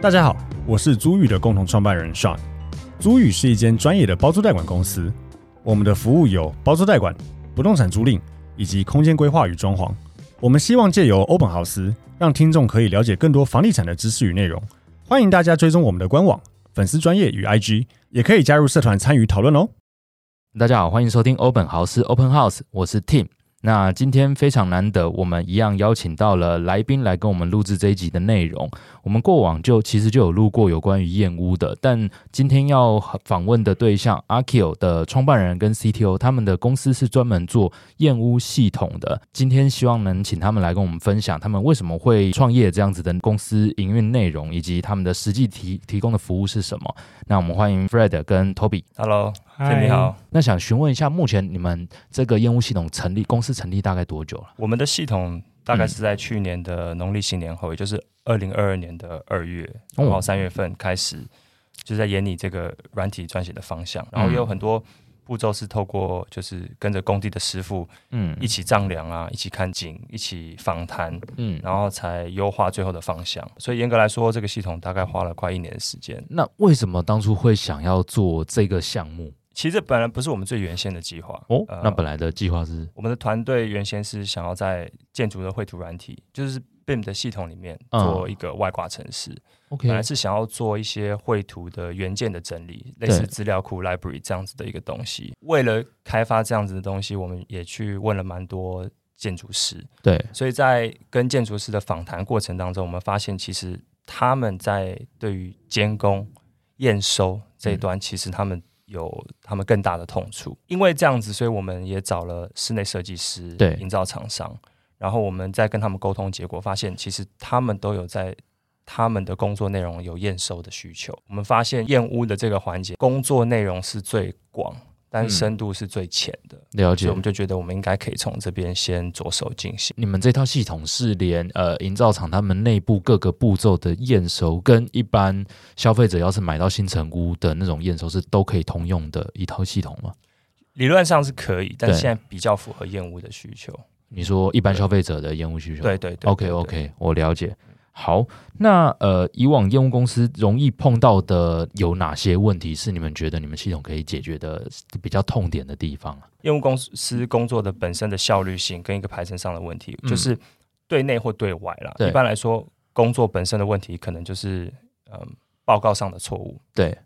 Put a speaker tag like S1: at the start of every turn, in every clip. S1: 大家好，我是租宇的共同创办人 Sean。租宇是一间专业的包租代管公司，我们的服务有包租代管、不动产租赁以及空间规划与装潢。我们希望借由欧本豪斯，让听众可以了解更多房地产的知识与内容。欢迎大家追踪我们的官网、粉丝专业与 IG，也可以加入社团参与讨论哦。
S2: 大家好，欢迎收听欧本豪斯 Open House，我是 Tim。那今天非常难得，我们一样邀请到了来宾来跟我们录制这一集的内容。我们过往就其实就有录过有关于燕屋的，但今天要访问的对象 a k i o 的创办人跟 CTO，他们的公司是专门做燕屋系统的。今天希望能请他们来跟我们分享他们为什么会创业这样子的公司营运内容，以及他们的实际提提供的服务是什么。那我们欢迎 Fred 跟 Toby。
S3: Hello，你好。
S2: 那想询问一下，目前你们这个烟雾系统成立，公司成立大概多久了？
S3: 我们的系统大概
S2: 嗯
S3: 是在去年的农历新年后，也就是二零二二年的二月，
S2: 哦
S3: 然后三月份开始，就是在演你这个软体撰写的方向，然后
S2: 嗯
S3: 也有很多步骤是透过就是跟着工地的师傅
S2: 嗯
S3: 一起丈量啊，一起看景，一起访谈，
S2: 嗯。
S3: 然后才优化最后的方向。所以严格来说，这个系统大概花了快一年的时间。
S2: 那为什么当初会想要做这个项目？
S3: 其实这本来不是我们最原先的计划
S2: 哦，
S3: 呃
S2: 那本来的计划是，
S3: 我们的团队原先是想要在建筑的绘图软体，就是 BIM 的系统里面
S2: 嗯
S3: 做一个外挂程式，
S2: OK，
S3: 本来是想要做一些绘图的原件的整理，类似资料库 library 这样子的一个东西。为了开发这样子的东西，我们也去问了蛮多建筑师，
S2: 对，
S3: 所以在跟建筑师的访谈过程当中，我们发现其实他们在对于监工、验收
S2: 嗯
S3: 这一端，其实他们有他们更大的痛处。因为这样子，所以我们也找了室内设计师、
S2: 对
S3: 营造厂商，然后我们在跟他们沟通，结果发现其实他们都有在。他们的工作内容有验收的需求，我们发现验屋的这个环节，工作内容是最广，但
S2: 嗯
S3: 深度是最浅的，
S2: 了
S3: 所以
S2: 解
S3: 我们。就觉得我们应该可以从这边先着手进行。
S2: 你们这套系统是连呃营造厂他们内部各个步骤的验收，跟一般消费者要是买到新成屋的那种验收是都可以通用的一套系统吗？
S3: 理论上是可以，但
S2: 对
S3: 现在比较符合厌恶的需求。
S2: 你说一般消费者的烟雾需求？
S3: 对对对
S2: OK OK，我了解。好，那呃，以往业务公司容易碰到的有哪些问题是你们觉得你们系统可以解决的比较痛点的地方啊？
S3: 厌恶公司工作的本身的效率性跟一个排程上的问题，
S2: 嗯
S3: 就是对内或对外啦。
S2: 对
S3: 一般来说，工作本身的问题可能就是嗯报告上的错误。
S2: 对，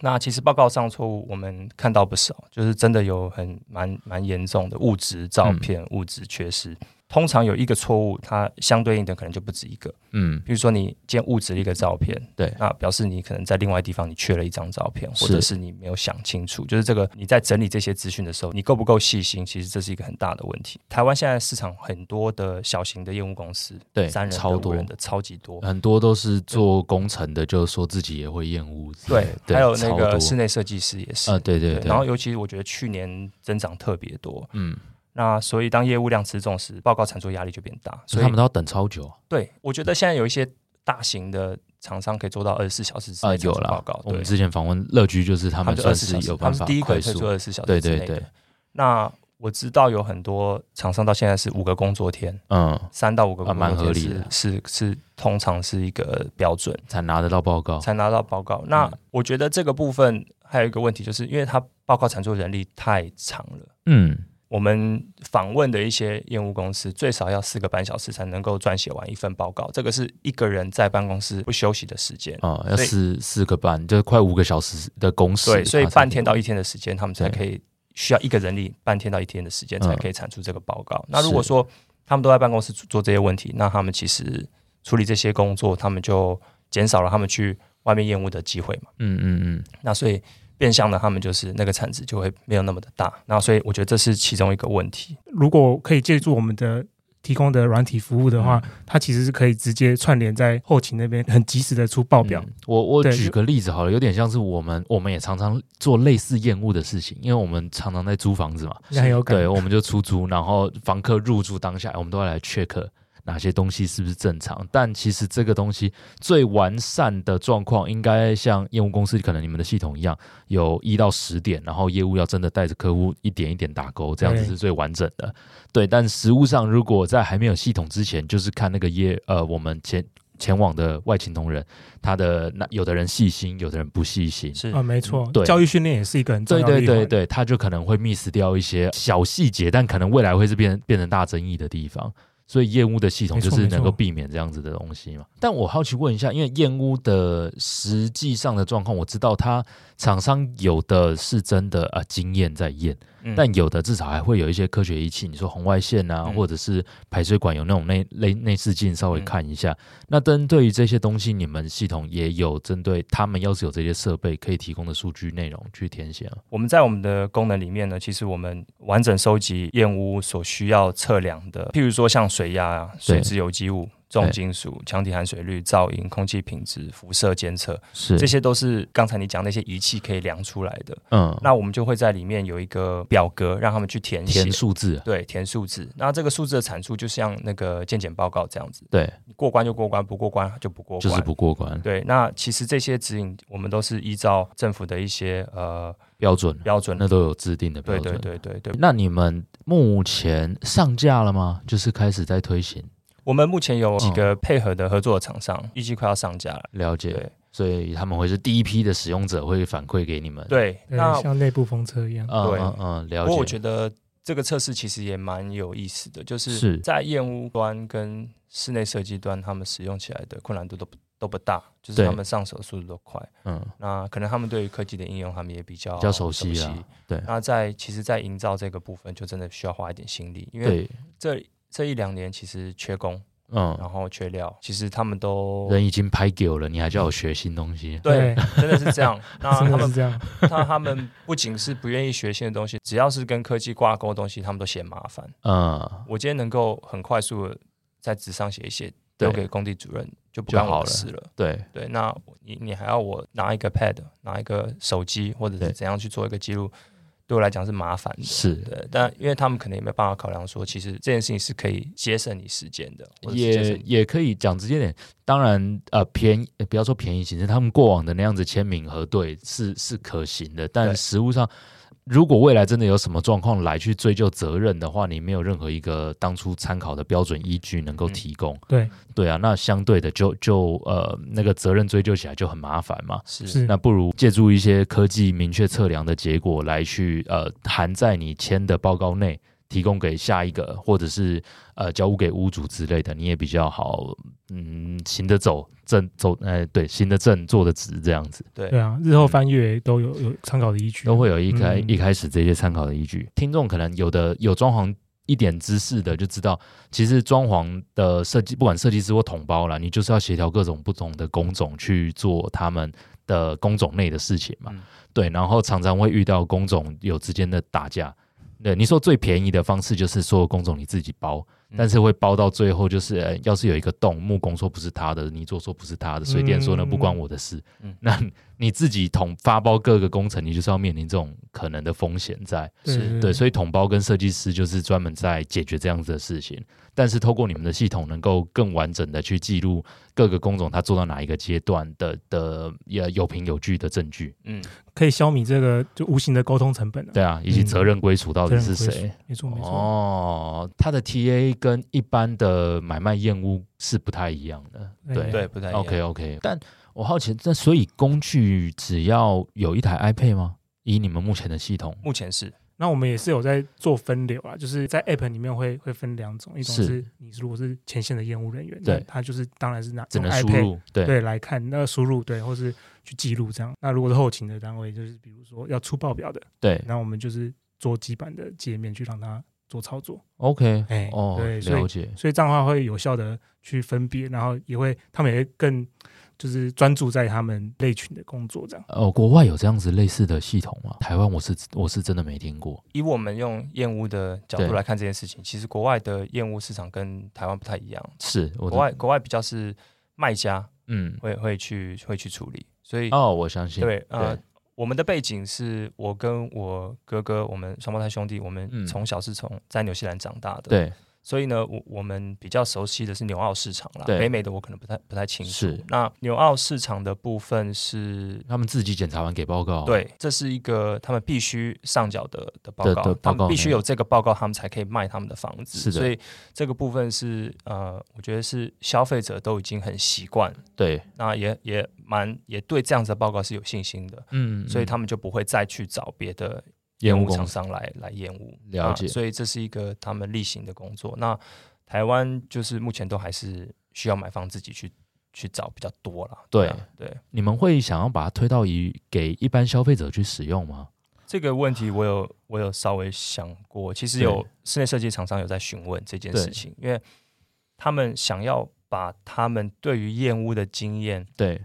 S3: 那其实报告上错误我们看到不少，就是真的有很蛮蛮严重的物质照
S2: 嗯
S3: 片、物质缺失。通常有一个错误，它相对应的可能就不止一个。
S2: 嗯，
S3: 比如说你建物质的一个照片，
S2: 对
S3: 那表示你可能在另外地方你缺了一张照片，
S2: 是
S3: 或者是你没有想清楚，就是这个你在整理这些资讯的时候，你够不够细心？其实这是一个很大的问题。台湾现在市场很多的小型的业务公司，
S2: 对，
S3: 三人的
S2: 超多呃
S3: 五人，的超级多，
S2: 很多都是做工程的，就说自己也会厌恶。
S3: 对，还有那
S2: 超
S3: 个
S2: 多
S3: 室内设计师也是，
S2: 呃，对对对，
S3: 然后尤其我觉得去年增长特别多，
S2: 嗯，
S3: 那所以当业务量吃重时，报告产出压力就变大，
S2: 所
S3: 所
S2: 以
S3: 以
S2: 他们都要等超久啊。
S3: 对我觉得现在有一些大型的厂商可以做到二十四小时之
S2: 呃
S3: 内
S2: 有
S3: 产出报
S2: 了
S3: 告，，
S2: 我
S3: 对
S2: 们。之前访问乐居，就是他
S3: 他
S2: 们
S3: 们就
S2: 算
S3: 二十
S2: 是
S3: 小时
S2: 有，
S3: 他
S2: 办
S3: 们
S2: 法
S3: 第一
S2: 快
S3: 款推出
S2: 速。
S3: 二十四小时
S2: 对
S3: 之内
S2: 对
S3: 的
S2: 对，
S3: 那我知道有很多厂商到现在是五个工作天，
S2: 嗯，
S3: 三到五个
S2: 啊
S3: 工作
S2: 蛮合
S3: 天
S2: 理
S3: 是、
S2: 的
S3: 是是通常是一个标准
S2: 才拿得到报告。
S3: 才拿到报告。那
S2: 哦嗯
S3: 我觉得这个部分还有一个问题，就是因为它报告产出人力太长了。
S2: 嗯，
S3: 我们访问的一些业务公司，最少要四个半小时才能够撰写完一份报告，这个是一个人在办公室不休息的时间。
S2: 啊，要
S3: 所以
S2: 四四个半，就是快五个小时的工时。啊
S3: 对，所以
S2: 他才
S3: 半
S2: 可
S3: 天到一天的时间，他们才可以需要一个人力半天到一天的时间才可以产出这个报告。那如果说他们都在办公室做这些问题，那他们其实处理这些工作，他们就减少了他们去外面厌恶的机会嘛。
S2: 嗯嗯
S3: 那所以变相的，他们就是那个产值就会没有那么的大。那所以我觉得这是其中一个问题。
S4: 如果可以借助我们的提供的软体服务的话，
S2: 嗯
S4: 它其实是可以直接串联在后勤那边，很及时的出
S3: 哦
S4: 报
S2: 嗯，
S4: 表。
S2: 嗯我我
S4: 对
S2: 举
S4: 就
S2: 个例子好了，有点像是我们我们也常常做类似厌恶的事情，因为我们常常在租房子嘛，
S4: 应该很有感
S2: 对，我们就出租，然后房客入住当下，我们都要来 check 哪些东西是不是正常。但其实这个东西最完善的状况，应该像业务公司可能你们的系统一样，有一到十点，然后业务要真的带着客户一点一点打勾，这样子
S4: 对
S2: 是最完整的。对，但实物上，如果在还没有系统之前，就是看那个业呃，我们前前往的外勤同仁，他的那有的人细心，有的人不细心，
S3: 是
S4: 啊，没错，
S2: 嗯对
S4: 教育训练也是一个很重
S2: 对
S4: 要的
S2: 对
S4: 一环
S2: 对对，他就可能会 miss 掉一些小细节，但可能未来会是变变成大争议的地方。所以厌恶的系统
S4: 没
S2: 就
S4: 错
S2: 是能
S4: 没
S2: 够
S4: 错
S2: 避免这样子的东西嘛。但我好奇问一下，因为厌恶的实际上的状况，我知道它厂商有的是真的啊、呃经验在验，
S3: 嗯
S2: 但有的至少还会有一些科学仪器，你说红外线啊，
S3: 嗯
S2: 或者是排水管有那种内内内视镜稍微
S3: 嗯
S2: 看一下。那针对于这些东西，你们系统也有针对他们要是有这些设备可以提供的数据内容去填写吗？
S3: 我们在我们的功能里面呢，其实我们完整收集燕屋所需要测量的，譬如说像水压、啊、水质有机物、重金属、强体含水率、噪音、空气品质、辐射监测，
S2: 是
S3: 这些都是刚才你讲那些仪器可以量出来的。
S2: 嗯，
S3: 那我们就会在里面有一个表格，让他们去填写。
S2: 填数字啊，
S3: 对，填数字。那这个数字的产出，就像那个健检报告这样子，
S2: 对，
S3: 你过关就过关，不过关就不过关。
S2: 就是不过关
S3: 对，那其实这些指引，我们都是依照政府的一些呃
S2: 标准，
S3: 标准。
S2: 那都有制定的标
S3: 对
S2: 准。
S3: 对对对对，
S2: 那你们目前上架了吗？就是开始在推行，
S3: 我们目前有几个配合的合作厂商，
S2: 嗯
S3: 预计快要上架了。
S2: 了解
S3: 对。
S2: 所以他们会是第一批的使用者，会反馈给你们。，
S3: 对，
S4: 对
S3: 那
S4: 像内部风车一样，
S2: 嗯
S3: 对
S2: 嗯嗯，了
S3: 不
S2: 解。
S3: 过我觉得这个测试其实也蛮有意思的，就是是在验屋端跟室内设计端，他们使用起来的困难度都不都不大，就是
S2: 对
S3: 他们上手速度都快。
S2: 嗯，
S3: 那可能他们对于科技的应用，他们也比较
S2: 比较熟悉
S3: 熟
S2: 啦。对
S3: 那在其实，在营造这个部分，就真的需要花一点心力，因为
S2: 对，
S3: 这这一两年其实缺工，
S2: 嗯，
S3: 然后缺料，其实他们都
S2: 人已经拍给了，你还
S3: 嗯
S2: 叫我学新东西？
S3: 对，真的是这样。那
S2: 啊
S4: 真
S3: 他
S4: 的
S3: 们
S4: 是这样，
S3: 那他们不仅是不愿意学新的东西，只要是跟科技挂钩的东西，他们都嫌麻烦。
S2: 嗯，
S3: 我今天能够很快速的在纸上写一写，
S2: 对
S3: 丢给工地主任就不
S2: 就
S3: 干我
S2: 好
S3: 的
S2: 了
S3: 事了。
S2: 对，
S3: 对，那你你还要我拿一个 pad，拿一个手机，或者
S2: 对
S3: 是怎样去做一个记录，对我来讲是麻烦的。
S2: 是
S3: 对，但因为他们可能也没有办法考量说，其实这件事情是可以节省你时间的，或者是节
S2: 也
S3: 省你
S2: 也可以讲直接点，当然呃便宜，呃不要说便宜行事，他们过往的那样子签名核对是是可行的，但
S3: 对
S2: 实物上，如果未来真的有什么状况来去追究责任的话，你没有任何一个当初参考的标准依据能够
S3: 嗯
S2: 提供。
S4: 对
S2: 对啊，那相对的就就呃那个责任追究起来就很麻烦嘛。
S3: 是
S4: 是
S2: 那不如借助一些科技明确测量的结果来去呃含在你签的报告内，提供给下一个或者是呃交屋给屋主之类的，你也比较好嗯行得走正走呃对行得正坐得直这样子，
S3: 对
S4: 对啊，日后翻阅都有有参考的依据，
S2: 都会有一开、
S4: 嗯
S2: 一开始这些参考的依据。听众可能有的有装潢。一点知识的就知道，其实装潢的设计，不管设计师或统包啦，你就是要协调各种不同的工种去做他们的工种内的事情嘛。
S3: 嗯
S2: 对，然后常常会遇到工种有之间的打架。对，你说最便宜的方式就是所有工种你自己包，
S4: 嗯
S2: 但是会包到最后就是，呃要是有一个洞，木工说不是他的，泥做说不是他的，水电说呢
S4: 嗯
S2: 不关我的事，
S3: 嗯
S2: 那你自己统发包各个工程，你就是要面临这种可能的风险在。
S4: 嗯
S3: 是
S2: 对，所以统包跟设计师就是专门在解决这样子的事情。但是透过你们的系统，能够更完整的去记录各个工种他做到哪一个阶段的的也有凭有据的证据，
S3: 嗯，
S4: 可以消弭这个就无形的沟通成本啊，
S2: 对啊，以及
S4: 嗯
S2: 责任归属到底是
S4: 责任归
S2: 谁。
S4: 没错没错，
S2: 哦，他的 TA 跟一般的买卖验屋是不太一样的，对
S3: 哎对，不太一样
S2: OK OK，但我好奇，那所以工具只要有一台 iPad 吗？以你们目前的系统，
S3: 目前是
S4: 那我们也是有在做分流啊，就是在 App 里面会会分两种，一种
S2: 是
S4: 是你如果是前线的业务人员，
S2: 对
S4: 那他就是当然是拿
S2: 只能
S3: 哦
S4: 用
S2: 输
S4: iPad
S2: 入，对，
S4: 对来看那个输入对，或是去记录这样。那如果是后勤的单位，就是比如说要出报表的，
S2: 对
S4: 那我们就是做基本的界面去让他做操作，
S2: ，OK，
S4: 哎
S2: 哦，
S4: 对所以
S2: 了解，
S4: 所以这样的话会有效的去分别，然后也会他们也会更就是专注在他们类群的工作这样。
S2: 哦，国外有这样子类似的系统吗？台湾我是我是真的没听过，
S3: 以我们用厌恶的角
S2: 对
S3: 度来看这件事情，其实国外的厌恶市场跟台湾不太一样。
S2: 是我
S3: 国
S2: 的，
S3: 外国外比较是卖家
S2: 嗯，
S3: 会会去会去处理，所以、
S2: 哦，我相信，
S3: 对呃
S2: 对
S3: 我们的背景是我跟我哥哥，我们双胞胎兄弟，我
S2: 嗯
S3: 们从小是从在纽西兰长大的，，
S2: 对
S3: 所以呢，我我们比较熟悉的是纽澳市场啦，
S2: 对
S3: 北美的我可能不太不太清楚
S2: 是。
S3: 那纽澳市场的部分是。
S2: 他们自己检查完给报告，，
S3: 对，这是一个他们必须上缴的的报
S2: 的
S3: 告，
S2: 的
S3: 他
S2: 报告
S3: 们必须
S2: 内
S3: 有这个报告，他们才可以卖他们的房子。
S2: 是的
S3: 所以这个部分是呃，我觉得是消费者都已经很习惯，
S2: 对，
S3: 那也也蛮也对这样子的报告是有信心的，
S2: 嗯，
S3: 所以他们就不会再去找别的
S2: 业务
S3: 务
S2: 公
S3: 厂
S2: 司
S3: 商来来验屋。
S2: 了解
S3: 啊所以这是一个他们例行的工作。那台湾就是目前都还是需要买方自己去去找比较多啦。
S2: 对
S3: 啊对，
S2: 你们会想要把它推到以给一般消费者去使用吗？
S3: 这个问题我有我有稍微想过，其实
S2: 对
S3: 有室内设计厂商有在询问这件事
S2: 对
S3: 情，因为他们想要把他们对于验屋的经验
S2: 对，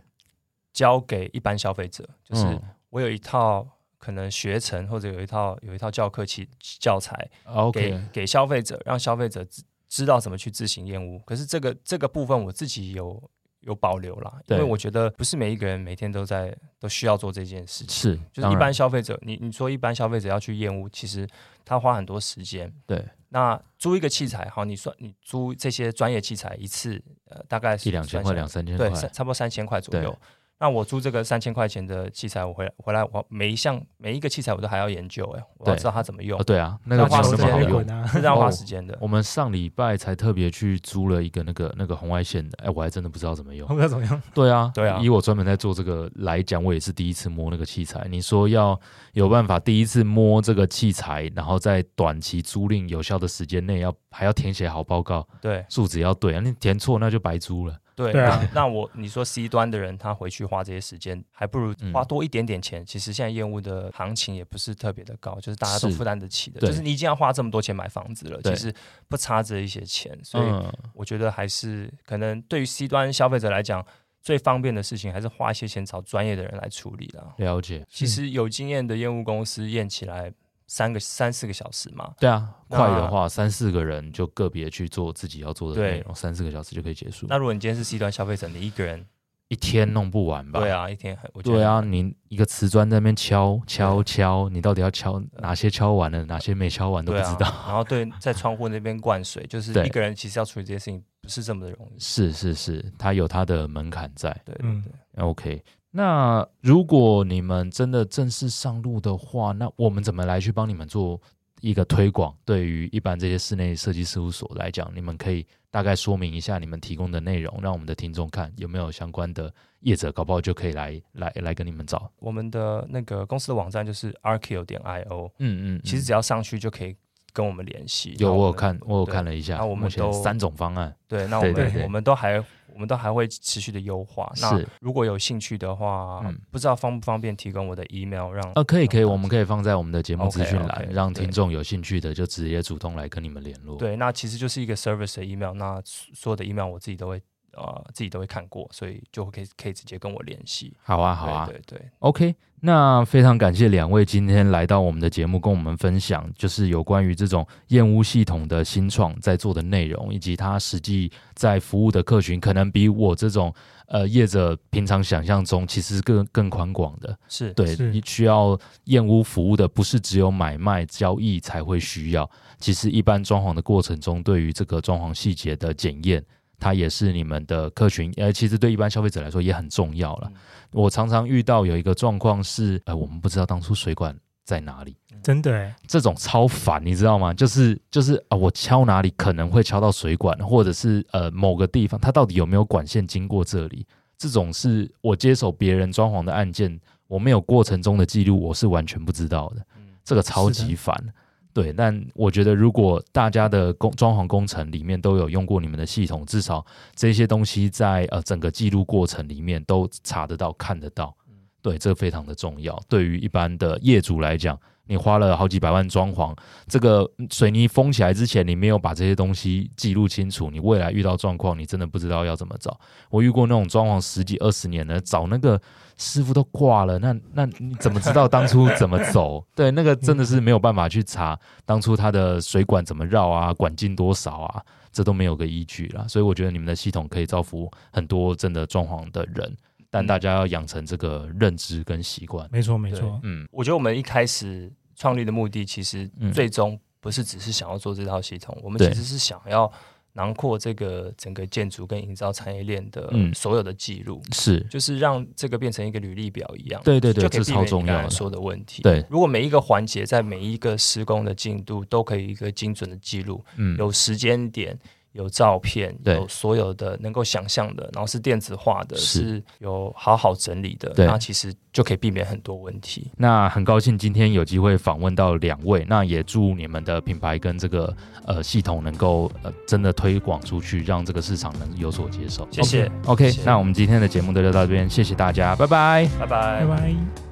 S3: 交给一般消费者，就是
S2: 嗯
S3: 我有一套可能学程或者有一套有一套教课器教材给
S2: 啊 OK，
S3: 给消费者，让消费者知知道怎么去自行验屋。可是这个这个部分我自己有有保留啦，因
S2: 对
S3: 为我觉得不是每一个人每天都在都需要做这件事情。
S2: 是，
S3: 就是
S2: 当
S3: 一
S2: 然
S3: 般消费者，你你说一般消费者要去验屋，其实他花很多时间。
S2: 对，
S3: 那租一个器材，好，你算你租这些专业器材一次，呃，大概是
S2: 一两千
S3: 算
S2: 块、
S3: 下来
S2: 两三千块
S3: 对，，三差不多三千块左右
S2: 对。
S3: 那我租这个三千块钱的器材，我回来回来，我每一项每一个器材我都还要研究、哎，我要
S2: 对
S3: 知道它怎么用
S2: 哦，，对啊，那个
S3: 要花
S2: 没有那
S3: 时间
S2: 么好
S3: 的
S2: 用
S4: 滚。啊！
S3: 是这样花
S2: 哦
S3: 时间的。
S2: 我们上礼拜才特别去租了一个那个那个红外线的，哎，我还真的不知道怎么用。
S4: 红哥怎么样？
S2: 对啊，
S3: 嗯对啊
S2: 以我专门在做这个来讲，我也是第一次摸那个器材。你说要有办法第一次摸这个器材，然后在短期租赁有效的时间内要还要填写好报告，
S3: 对
S2: 数值要对啊，你填错那就白租了。
S3: 对，
S4: 对啊
S3: 那那我你说 C 端的人，他回去花这些时间，还不如
S2: 嗯
S3: 花多一点点钱。其实现在业务的行情也不是特别的高，就是大家都
S2: 是
S3: 负担得起的。
S2: 对
S3: 就是你已经要花这么多钱买房子了，
S2: 对
S3: 其实不差这一些钱。所以
S2: 嗯，
S3: 我觉得还是可能对于 C 端消费者来讲，最方便的事情还是花一些钱找专业的人来处理啦。
S2: 了解。
S3: 其实有经验的业务公司验起来三个三四个小时嘛，
S2: 对啊，
S3: 那
S2: 快的话三四个人就个别去做自己要做的
S3: 对
S2: 内容，三四个小时就可以结束。
S3: 那如果你今天是 C 端消费者，你一个人，
S2: 一天弄不完吧？
S3: 对啊，一啊天很，我觉得
S2: 对啊，你一个瓷砖在那边敲敲敲，你到底要敲哪些敲完了，哪些没敲完都不
S3: 对
S2: 知道。
S3: 啊。然后对，在窗户那边灌水，就是
S2: 对
S3: 一个人其实要处理这些事情不是这么的容易。
S2: 是是是，它有它的门槛在。
S3: 对对
S4: 嗯
S3: 对，
S2: OK，那如果你们真的正式上路的话，那我们怎么来去帮你们做一个推广？对于一般这些室内设计事务所来讲，你们可以大概说明一下你们提供的内容，让我们的听众看有没有相关的业者，搞不好就可以来来来跟你们找。
S3: 我们的那个公司的网站就是 arq 点 io，
S2: 嗯嗯，
S3: 其实只
S2: 要
S3: 要上去就可以跟我们联系。
S2: 有
S3: 那
S2: 我有
S3: 们
S2: 看，我有
S3: 对
S2: 看了一下，
S3: 那我们
S2: 目前
S3: 都
S2: 三种方案
S3: 对，那我们
S2: 对对对
S3: 我们都还我们都还会持续的优化。那
S2: 是。
S3: 如果有兴趣的话，
S2: 嗯
S3: 不知道方不方便提供我的 email 让
S2: 啊，可以可以，
S3: 让
S2: 我们可以放在我们的节目资讯栏
S3: OK，OK，，
S2: 让
S3: 对
S2: 听众有兴趣的就直接主动来跟你们联络。
S3: 对，那其实就是一个 service 的 email，那所有的 email 我自己都会呃自己都会看过，所以就可以可以直接跟我联系。
S2: 好啊，好啊，
S3: 对对对，
S2: OK，那非常感谢两位今天来到我们的节目，跟我们分享就是有关于这种验屋系统的新创在做的内容，以及它实际在服务的客群，可能比我这种呃业者平常想象中其实更更宽广的。
S3: 是嗯
S2: 对，
S4: 是
S2: 你需要验屋服务的，不是只有买卖交易才会需要。其实一般装潢的过程中，对于这个装潢细节的检验，它也是你们的客群，呃，其实对一般消费者来说也很重要了。
S3: 嗯
S2: 我常常遇到有一个状况是，呃，我们不知道当初水管在哪里，
S4: 真的哎，
S2: 这种超烦，你知道吗？就是就是啊、我敲哪里可能会敲到水管，或者是呃某个地方它到底有没有管线经过这里？这种是我接手别人装潢的案件，我没有过程中的记录，我是完全不知道的。
S3: 嗯
S2: 这个超
S4: 是
S2: 级
S4: 的
S2: 烦。对，但我觉得如果大家的工装潢工程里面都有用过你们的系统，至少这些东西在呃整个记录过程里面都查得到、看得到。对，这非常的重要。对于一般的业主来讲，你花了好几百万装潢，这个嗯水泥封起来之前，你没有把这些东西记录清楚，你未来遇到状况，你真的不知道要怎么找。我遇过那种装潢十几二十年的，找那个师傅都挂了，那 那你怎么知道当初怎么走？对，那个真的是没有办法去查当初它的水管怎么绕啊，管径多少啊，这都没有个依据啦。所以我觉得你们的系统可以造福很多真的装潢的人，但大家要养成这个认知跟习惯。
S4: 没错没错，
S2: 嗯
S3: 我觉得我们一开始创立的目的，其实
S2: 嗯
S3: 最终不是只是想要做这套系统，我们
S2: 对
S3: 其实是想要囊括这个整个建筑跟营造产业链的
S2: 嗯
S3: 所有的记录，
S2: 是，
S3: 就是让这个变成一个履历表一样，
S2: 对对对，
S3: 就
S2: 这
S3: 可以避
S2: 超
S3: 免
S2: 重
S3: 你刚
S2: 要
S3: 才
S2: 的，
S3: 说的问题。
S2: 对，
S3: 如果每一个环节在每一个施工的进度都可以一个精准的记录，
S2: 嗯，
S3: 有时间点，有照片，
S2: 对
S3: 有所有的能够想象的，然后是电子化的，
S2: 是
S3: 是有好好整理的，
S2: 对
S3: 那其实就可以避免很多问题。
S2: 那很高兴今天有机会访问到两位，那也祝你们的品牌跟这个呃系统能够呃真的推广出去，让这个市场能有所接受。
S3: 谢谢
S2: OK，
S3: 谢谢
S2: 那我们今天的节目就到这边，谢谢大家，拜拜。
S3: 拜拜
S4: 拜。拜。